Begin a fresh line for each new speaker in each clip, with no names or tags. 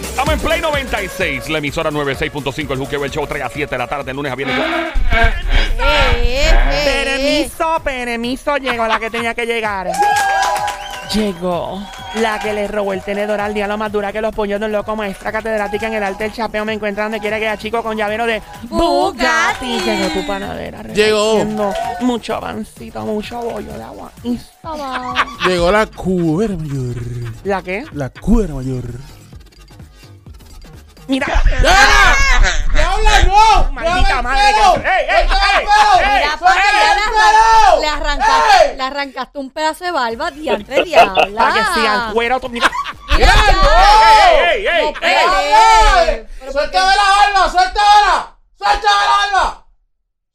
Estamos en Play 96, la emisora 96.5, el Juqueo, el show 3 a 7 de la tarde, el lunes a viernes.
Ah, Eh, eh, eh.
Peremiso, peremiso, llegó la que tenía que llegar.
Llegó.
La que le robó el tenedor al diablo más dura que los puños de un loco maestra catedrática en el arte del chapeo. Me encuentran donde quiera que haya chico con llavero de
Bugatti.
Bugatti. Llegó tu panadera.
Llegó.
repartiendo Mucho pancito, mucho bollo de agua. Y estaba-
Llegó la cuera mayor.
¿La qué?
La cuera mayor.
Mira.
¡Diabla, no!
Maldita madre que- ¡Ey, ey, ey, ey!
Mira, porque ya le, arran- le arrancaste, le arrancaste un pedazo de barba, diantre, diabla.
Para que sigan cuero. to- Mira.
Mira, ya.
¡Ey, ey, ey,
No eh.
ey!
puede. Pero ¿por qué-
la alma! ¡Suéltame la alma!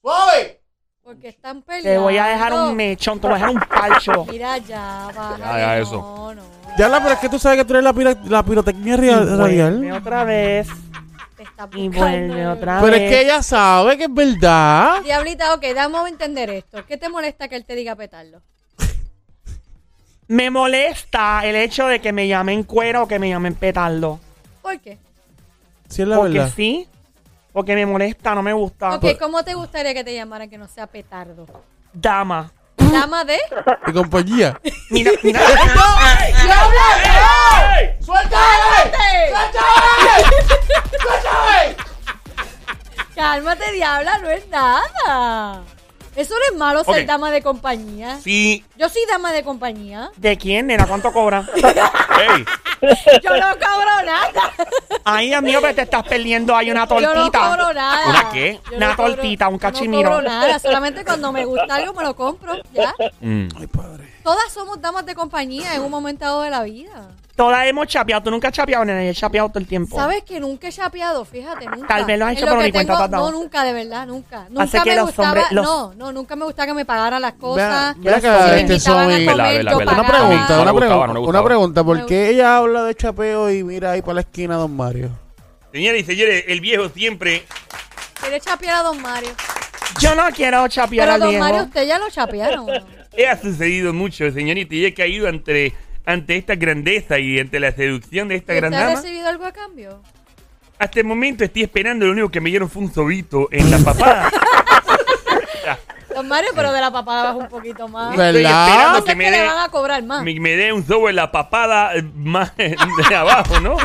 ¡Suave!
por qué están peleando?
Te voy a dejar un mechón, te voy a dejar un palcho.
Mira, ya, baja.
ya,
no,
eso.
no.
Diabla, pero es que tú sabes que tú eres la, pira- la pirotecnia real-
Vuelve
radial.
otra vez.
Te está
Y
buscando.
vuelve otra vez.
Pero es que ella sabe que es verdad.
Diablita, ok, damos a entender esto. ¿Qué te molesta que él te diga petarlo?
Me molesta el hecho de que me llamen cuero o que me llamen petardo.
¿Por qué?
Sí, es la
porque
verdad.
sí, porque me molesta, no me gusta.
Ok, ¿cómo te gustaría que te llamaran que no sea petardo?
Dama.
Dama de...
Y compañía.
Mira, mira.
Cálmate, diabla, no es nada. Eso no es malo ser
Ok.
dama de compañía.
Sí,
Yo soy dama de compañía.
¿De quién, nena? ¿Cuánto cobra?
ey.
Yo no cobro nada.
Ay, Dios mío, que te estás perdiendo. Hay una
Yo no
tortita.
cobro nada.
¿Una qué?
Yo
Una
no cobro-
tortita, un
yo
cachimiro.
No cobro nada. Solamente cuando me gusta algo me lo compro. Ya.
Mm.
Ay, padre.
Todas somos damas de compañía en un momento dado de la vida.
Todas hemos chapeado. Tú nunca has chapeado, nena. Yo he chapeado todo el tiempo.
Sabes que nunca he chapeado, fíjate, nunca.
Oh. Ah, Tal vez lo has
En
hecho, pero
que
ni cuenta
tengo-
te has dado.
No, nunca, de verdad, nunca. Nunca
Así que
me
los
gustaba,
hombres- los-
no, no, nunca me gustaba que me pagaran las cosas.
Mira
yo soy-
acá,
me
este
invitaban
soy.
a comer,
Vela, vela,
yo
vela.
Una
pagaba.
pregunta,
No le
una
gustaba,
pregunta,
no le
una
gustaba.
pregunta.
Me
¿Por
gustaba.
qué ella habla de chapeo y mira ahí para la esquina Don Mario?
Señores y señores, el viejo siempre.
Quiere chapear a don Mario.
Yo no quiero chapear
Pero
al
don
viejo.
Mario, usted ya lo chapearon. ¿o no?
He ha sucedido mucho, señorita, y he caído ante, ante esta grandeza y ante la seducción de esta
¿Usted
gran
ha
dama.
recibido algo a cambio?
Hasta el momento estoy esperando, lo único que me dieron fue un sobito en la papada.
Don Mario,
Eh.
pero de la papada baja un poquito más.
Ve-
Estoy
¿Verdad?
esperando
Entonces
que
es
me
que le
dé
van a cobrar más.
me, me dé un sobo en la papada eh, más de abajo, ¿no?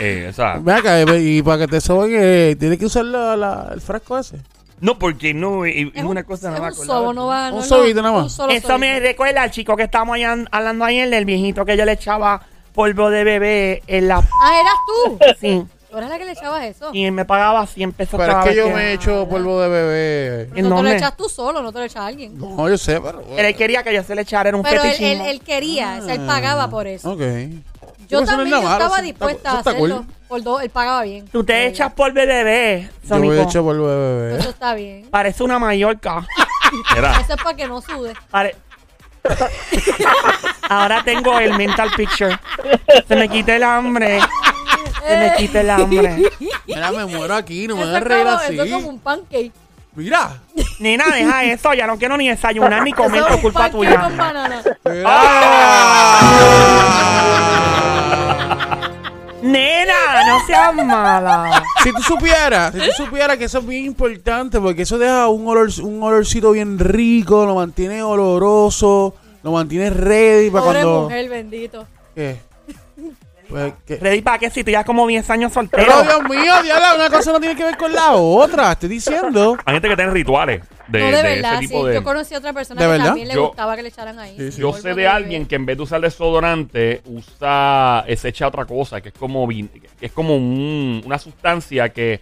Eh, o sea,
Ven acá, eh, y para que te soben, eh, tienes que usar la- la- el frasco ese.
no porque no eh, es,
Es
una cosa nada
es
más
un
con la
sobo,
otra.
no va.
Un
no es
sobito
lo-
nada más.
un solo
Eso me
sobito.
recuerda al chico que estábamos allá hablando ayer, del viejito que yo le echaba polvo de bebé en la...
Ah, eras tú.
Sí.
Tú eras la que le echabas eso.
Y me pagaba 100 pesos
Pero
cada
es que
vez
yo
que-
me he
Ah.
hecho polvo de
Pero
bebé.
no te
¿en
lo
dónde?
echas tú solo, no te lo echa alguien.
No, yo sé, pero.
Pero él quería que yo se le echara, era un
Pero él, él,
fetichismo.
él quería, o sea, él pagaba por eso. Yo
Ok. Pero eso no es
también
nada
yo
malo,
estaba
eso está-
dispuesta
eso
a
está
hacerlo.
cool.
Por dos, él pagaba bien.
Tú te echas polvo de bebé,
Yo me he
Sónico.
hecho polvo
Eso
de bebé.
está bien.
Parece una mallorca.
Era.
Eso es para que no sude.
Pare- Ahora tengo el mental picture. Se me quita el hambre. Se me quita el hambre.
Mira, me muero aquí, no me
Eso
voy a
es,
reír
como,
así.
eso es como un pancake.
Mira.
Nena, deja eso. Ya no quiero ni desayunar ni comer
Eso es
por
un
culpa
pancake
tuya.
con banana.
Mira. Ah.
Nena, no seas mala.
Si tú supieras, si tú supieras que eso es bien importante porque eso deja un olor, un olorcito bien rico, lo mantiene oloroso, lo mantiene ready para
Pobre
cuando.
mujer, bendito.
¿Qué? Pues, ¿qué?
Ready para qué si tú ya como 10 años
Pero
soltero.
Dios mío, diabla, una cosa no tiene que ver con la otra, estoy diciendo.
Hay gente que tiene rituales de,
no,
de
de verdad,
ese tipo
sí.
de.
Yo conocí a otra persona
¿De
que
verdad?
también le
Yo-
gustaba que le echaran ahí.
Sí, sí.
Yo
polvo
sé
de
de
bebé.
alguien que en vez de usar desodorante usa, eh, se echa otra cosa, que es como vin- que es como un- una sustancia que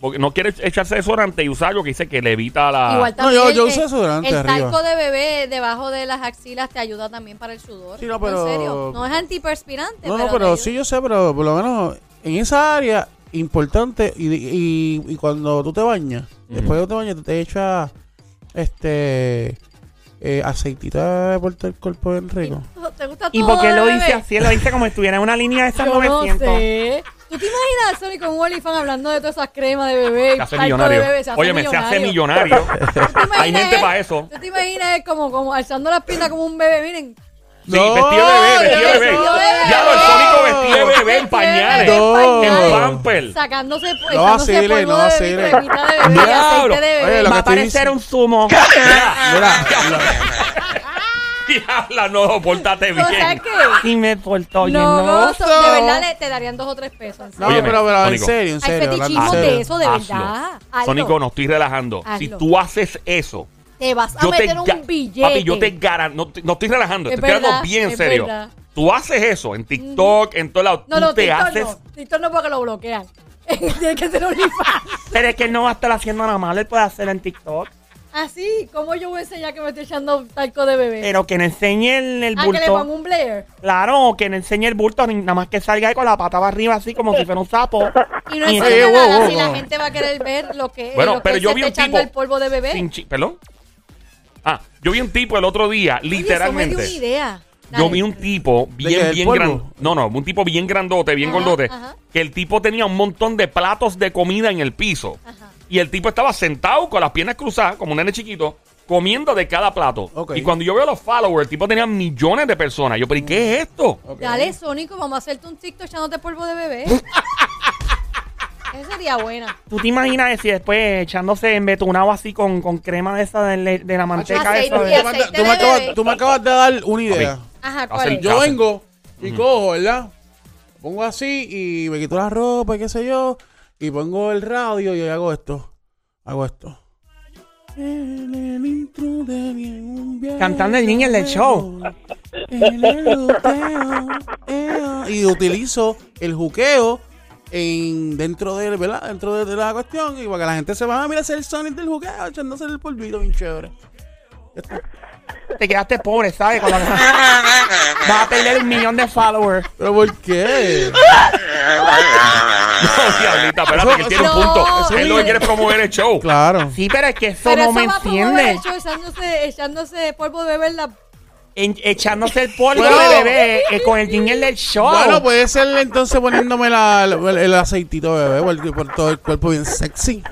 porque no quiere echarse desodorante y usar algo que dice que le evita la
Igual
No,
también
yo- yo
el-
uso desodorante
El
arriba.
talco de bebé debajo de las axilas te ayuda también para el sudor.
Sí, no, pero-
En serio, no es antiperspirante.
No, no,
te
pero
ayuda.
sí yo sé, pero por lo menos en esa área importante y, y- y cuando tú te bañas, después de que te bañas, tú te echas este eh, aceitita de vuelta el cuerpo bien rico.
¿Te gusta
¿Y
todo
por qué
de
lo
bebé?
dice así? Lo dice como si estuviera en una línea de esas
Yo no
900.
sé. ¿Tú te imaginas al Sonic con un olifán hablando de todas esas cremas de bebé y
Se hace
palco
millonario.
de bebé? Se hace
Oye, me se hace
millonario.
millonario.
¿Tú te
Hay
imaginas
gente
él-
para eso.
¿Tú te imaginas él como, como alzando las piernas como un bebé? Miren,
Sí,
No,
vestido de bebé, vestido de bebé.
yo vestido de bebé.
Ya lo el Sónico vestido de bebé en
Vestido de bebé
pañales.
No.
En
pañales.
pamper.
sacándose pu-
No
echándose
vacile,
polvo
no
de
vacile.
bebé, cremita de bebé, y
Diablo.
aceite de bebé.
Oye,
Va
lo que
a
estoy
parecer
diciendo-
un zumo.
Diabla, no, pórtate
Pero,
bien.
¿Sabes qué?
Y me portó, oye,
no,
no.
gozo,
No.
de verdad le- te darían dos o tres pesos. en
No,
serio.
Óyeme,
pero, pero en
Sónico.
serio, en
Hay
serio. hablando en
fetichismo
serio.
de eso, de
Hazlo.
verdad. Hazlo.
Sónico, no estoy relajando.
Hazlo.
Si tú haces eso,
Te vas a
yo te,
meter
ga-
un billete.
papi, yo te garantizo, no, te- no estoy relajando,
Es
estoy hablando
verdad,
bien
es
serio.
verdad.
Tú haces eso en TikTok, en todo lado,
No,
tú
no,
te
TikTok
haces
no. TikTok no porque lo bloquean. Tiene que ser OnlyFans.
Pero es que él no va a estar haciendo nada mal, él puede hacerlo en TikTok.
Así, Ah, ¿cómo yo voy a enseñar que me estoy echando talco de bebé?
Pero que le enseñe el, el
ah, que le pongo
bulto.
un Blair.
Claro, o que le enseñe el bulto, ni- nada más que salga ahí con la pata para arriba, así como si fuera un sapo.
Y no
Y-
enseña
Oye,
nada
wow, wow,
si
wow.
la gente va a querer ver lo que
Bueno,
lo que
pero
él
yo
se
vi
está
un
echando
tipo
el polvo de bebé.
sin chi- ¿Perdón? Ah, yo vi un tipo el otro día,
Oye, eso me dio
literalmente.
una idea. Dale.
Yo vi un tipo
qué?
bien,
¿Del
bien
polvo?
grande. No, no, un tipo bien grandote, bien
Ajá,
gordote.
ajá.
Que el tipo tenía un montón de platos de comida en el piso.
Ajá.
Y el tipo estaba sentado con las piernas cruzadas, como un nene chiquito, comiendo de cada plato.
Ok.
Y cuando yo veo los followers, el tipo tenía millones de personas. Yo, pero ¿y qué es esto?
Ok.
Dale, Sónico, vamos a hacerte un TikTok echándote polvo de bebé. Esa sería buena.
¿Tú te imaginas si después echándose embetunado así con, con crema de esa de, le- de la manteca
Aceite,
esa?
Tú
de-
y aceite.
me
de
acabas- tú me acabas-
bebé.
Tú me acabas de dar una idea.
Ajá,
Hacer-
¿cuál es?
Yo
Hacen.
vengo y cojo, ¿verdad? Pongo así y me quito la ropa y qué sé yo. Y pongo el radio y hago esto. Hago esto. En el intro de un viaje
Cantando el niño en el show.
en el juqueo, eo. Y utilizo el juqueo en, dentro, de, ¿verdad? dentro de, de la cuestión. Y para que la gente se "Ah, vaya a mirar el sonido del juqueo echándose el polvito bien chévere.
Te quedaste pobre, ¿sabes? Con la- Vas a perder un millón de followers.
¿Pero por qué?
No, Oh, diablita, espérate, que él tiene un
No,
punto. Él lo que
Ah. eso-
quiere es promover el show.
Claro.
Sí, pero es que eso
Pero
no
eso
me
va a promover
enciende.
el show echándose, echándose polvo de bebé en la...
En- echándose el polvo
Bueno.
de bebé eh, con el jingle del show.
Bueno, puede ser entonces poniéndome la- el, el aceitito bebé por, por todo el cuerpo bien sexy.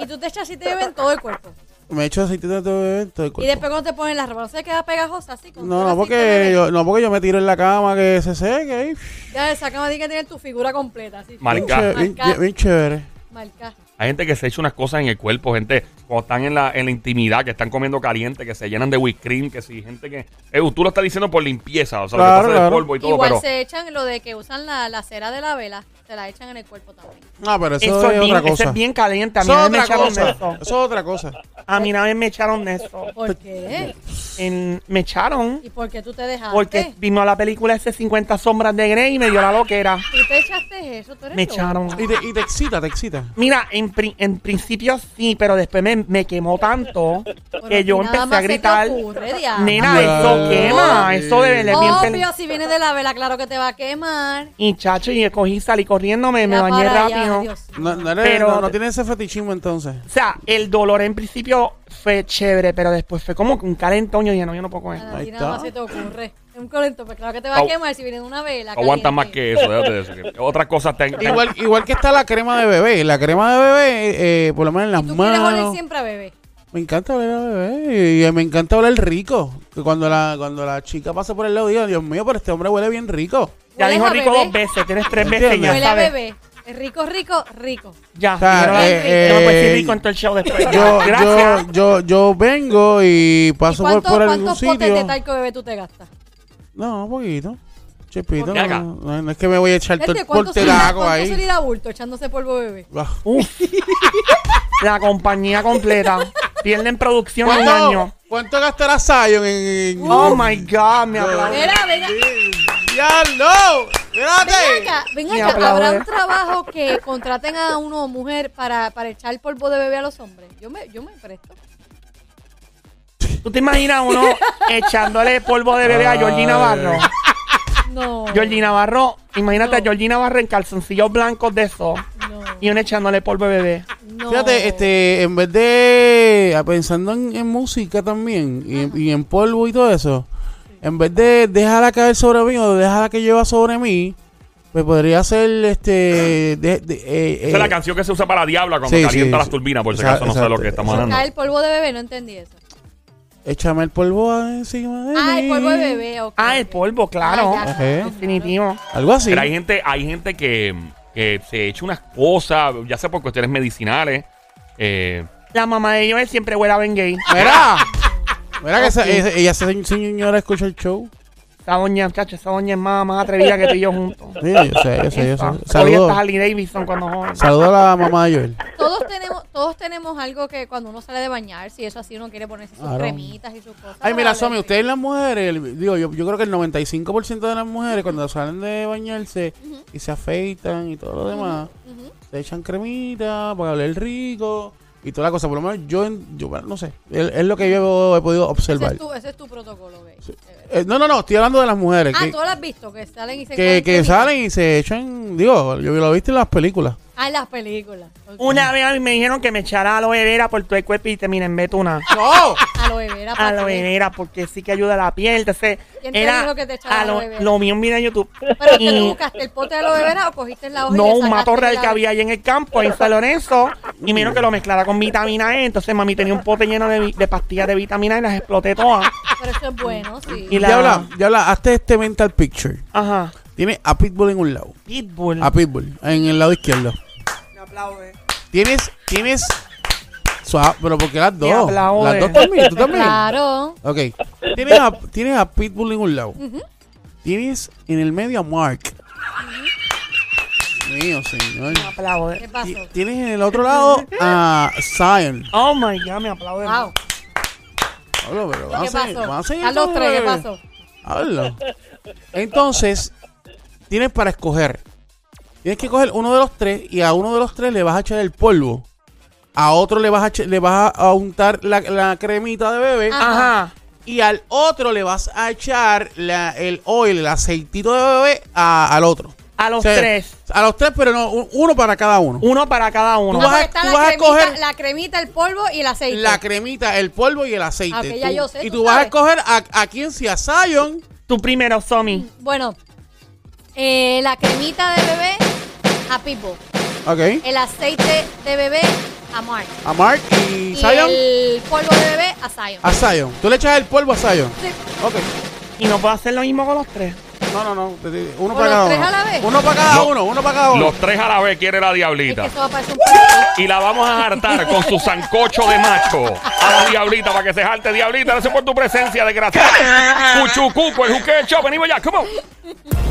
Y tú te echas y te beben todo el cuerpo.
Me echo aceitito de bebé en todo el
Y
cuerpo.
después cuando te ponen la ropa, ¿no se queda pegajosa así? Con
No,
todo el
no
aceite
porque
de bebé?
yo, no porque yo me tiro en la cama que se seque. y-
Ya, esa cama tiene que tener tu figura completa. Así,
Marca.
Bien, chévere, bien- bien chévere.
Marca.
Hay gente que se echa unas cosas en el cuerpo, gente cuando están en la, en la intimidad, que están comiendo caliente, que se llenan de whipped cream, que sí, gente que... Eh, tú lo estás diciendo por limpieza, o sea, lo
Claro,
que pasa
claro.
de polvo y todo,
Igual
pero...
se echan lo de que usan la, la cera de la vela, se la echan en el cuerpo también.
Ah, pero eso,
Eso,
es
bien,
otra
eso
cosa.
es bien caliente. A mí
Eso es
una vez me
otra
echaron
cosa.
de eso.
Eso es otra cosa.
A mí una vez me echaron de eso.
¿Por qué?
En- me echaron
¿Y por qué tú te dejaste?
porque vimos la película ese 50 sombras de Grey y me dio la loquera.
¿Tú te echaste eso? ¿Tú eres
Me
loco?
echaron.
Y te, y te excita, te excita.
Mira, en, pri- en principio sí, pero después me, me quemó tanto
Bueno,
que yo
y nada
empecé
más
a
se te
gritar.
ocurre, diablo.
Nena, eso
Ay.
quema. Eso de verdad es bien peli-
Obvio, si viene de la vela, claro que te va a quemar.
Y chacho, y cogí, salí corriendo, me, me
Mira
bañé
para allá,
rápido.
Dios.
No, no, eres-
Pero-
no, no tiene ese fetichismo entonces.
O sea, el dolor en principio fue chévere, pero después fue como que un calentón. Yo dije, no, yo no puedo comer.
A
Ahí
ti nada más
está.
se te ocurre. Es un colento, pues claro que te va a
Au.
quemar si viene de una vela.
No aguantan más
caliente.
que eso, déjate de eso. que Otras cosas te
Igual, igual que está la crema de bebé. La crema de bebé, eh, por lo menos en las
Tú quieres oler
manos.
siempre a bebé.
Me encanta oler a bebé. Y eh, me encanta oler rico. Que cuando la, cuando la chica pasa por el lado, diga, Dios mío, pero este hombre huele bien rico.
Ya
Hueles
dijo
a
rico
bebé.
dos veces, tienes tres
Entiendo.
veces y ya
Huele a
sabes.
bebé. Es rico, rico, rico.
Ya,
O sea,
yo no-
eh,
yo no puedo decir
eh,
rico en todo el show después.
Yo,
Gracias.
yo, yo, yo vengo y
¿Y
paso por,
cuánto-
por algún
cuántos potes de
sitio.
talco bebé tú te gastas?
No, poquito. Chepito,
Ven acá.
no, no, no es que me voy a echar todo
Gente,
el
¿cuánto salirá,
porteraco
cuánto
ahí.
salirá bulto echándose polvo bebé?
Ah.
Uf. la compañía completa. Pierden producción en un
¿Cuánto,
año.
¿Cuánto gastará Zion en.? en-
Oh my God, me aplaudo.
Mira, ven acá,
¡Diablo!
ven
¡Espérate!
acá, ven
Me
acá. ¿Habrá
aplaude.
un trabajo que contraten a uno o mujer para, para echar polvo de bebé a los hombres? Yo me, yo me presto.
¿Tú te imaginas uno echándole polvo de bebé a Georgina Barro?
No.
Georgina Barro, imagínate a
No.
Georgina Barro en calzoncillos blancos de esos
No.
y uno echándole polvo de bebé.
no.
Fíjate, este, en vez de. ah, Pensando en, en música también y, y en polvo y todo eso, en vez de dejarla caer sobre mí o dejarla que lleva sobre mí, Pues podría ser este. de- de- eh,
Esa es la
eh,
canción que se usa para Diabla cuando
sí,
calienta
sí,
las
sí.
turbinas, por si
Esa-
acaso no sé
exacto,
lo que estamos
exacto.
hablando.
Cae el polvo de bebé, no entendí eso.
Échame el polvo encima de
Ah, el
mí.
polvo de bebé, ok.
Ah, el polvo, claro.
Ah, ya,
Ajá.
claro,
Definitivo.
Algo así.
Pero hay gente, hay gente que, que se echa unas cosas, ya sea por cuestiones medicinales. eh,
La mamá de Joel siempre huele a Ben Gay.
Mira. Mira que esa- esa- ella se señora escucha el show.
Esa doña, chacho, esa doña es más, más atrevida que tú y yo juntos.
Sí, yo sé, yo sé, yo
Esa.
sé.
Hoy está
Saludos.
Harley Davidson cuando joven.
Saludos a la mamá de Joel.
claro. Todos tenemos, todos tenemos algo que cuando uno sale de bañar, si eso así uno quiere ponerse sus
Claro.
cremitas y sus cosas.
Ay,
para
mira,
darle
Somi,
el-
ustedes las mujeres, el- digo, yo, yo creo que el 95% de las mujeres cuando salen de bañarse y se afeitan y todo lo demás,
Ujú.
se echan cremita para oler rico y toda la cosa. Por lo menos yo, en- yo bueno, no sé, es, es lo que yo he podido
Ese
observar.
es tu, ese es tu protocolo, gay. Chévere.
Eh, no, no, no, estoy hablando de las mujeres
Ah,
que,
tú lo has visto, que salen y se
que,
cogen
que
cremitas.
salen y se echan, digo, yo lo he visto en las películas.
Ah, en las películas. Ok.
Una vez a mí me dijeron que me echara aloe vera por todo el cuerpo y terminé en
Ah,
betuna.
¡No!
Aloe vera. para que
Aloe
veas.
vera, porque sí que ayuda a la piel. Entonces,
pues, ¿Quién te
era
dijo que te echara
aloe-
aloe vera?
Lo vi en un video en YouTube.
Pero
Y-
¿qué tú buscaste el pote de aloe vera o cogiste la hoja y
No,
le
un
sacaste
matorral
la-
que había ahí en el campo, en San Lorenzo, y me dijeron que lo mezclara con vitamina E. Entonces, mami tenía un pote lleno de, vi- de pastillas de vitamina E y las exploté todas.
Pero eso es bueno, sí.
Y la-
Diabla, Diabla, hazte este mental picture.
Ajá.
Tienes a Pitbull en un lado,
Pitbull.
a Pitbull en el lado izquierdo.
Me aplaude.
Tienes, tienes. Suave, pero porque las
Te
dos.
aplaudo.
Las dos también, tú también.
Claro.
Ok. Tienes a, tienes a Pitbull en un lado. Tienes en el medio a Mark. Mío, señor.
Me aplaude.
¿Qué
Ti-
pasó?
Tienes en el otro lado a Zion.
Oh my god, me aplaude.
Wow.
Hablo, pero van a
¿Qué
seguir-
pasó?
van a seguir
A los
todo,
tres, ¿qué
eh.
pasó?
Hablo. Entonces, tienes para escoger. Tienes que coger uno de los tres y a uno de los tres le vas a echar el polvo. A otro le vas a, eche- le vas a untar la, la cremita de bebé.
Ah.
Ajá.
Y al otro le vas a echar la- el oil, el aceitito de bebé a- al otro.
A los
O sea,
tres.
A los tres, pero no, un- uno para cada uno.
Uno para cada uno.
Tú vas a-
está
tú
la
vas a
cremita-
coger-
La cremita, el polvo y el aceite.
La cremita, el polvo y el aceite.
Ah, ok, ya
Tú-
yo sé,
y
tú
tú, vas a
sabes.
escoger a, a quién, si a Zion.
Tú primero, Somi.
Bueno, eh, la cremita de bebé a Pipo.
Ok.
El aceite de bebé a Mark.
A Mark y,
Y
Zion. Ah,
el polvo de bebé a Zion.
A Zion. Tú le echas el polvo a Zion.
Sí.
Ok.
Y no puedo hacer lo mismo con los tres.
No, no, no. te- te- Uno
¿O
para
los
cada uno.
tres a la vez?
Uno para cada
No.
uno. Uno para cada uno.
Los tres a la vez quiere la
Es que
diablita.
eso va a parecer un partido.
Y la vamos a hartar con su sancocho de macho. A la diablita, para que se jarte, diablita. Gracias por tu presencia, desgraciada. Cuchucuco, el juque show. Venimos ya, come on.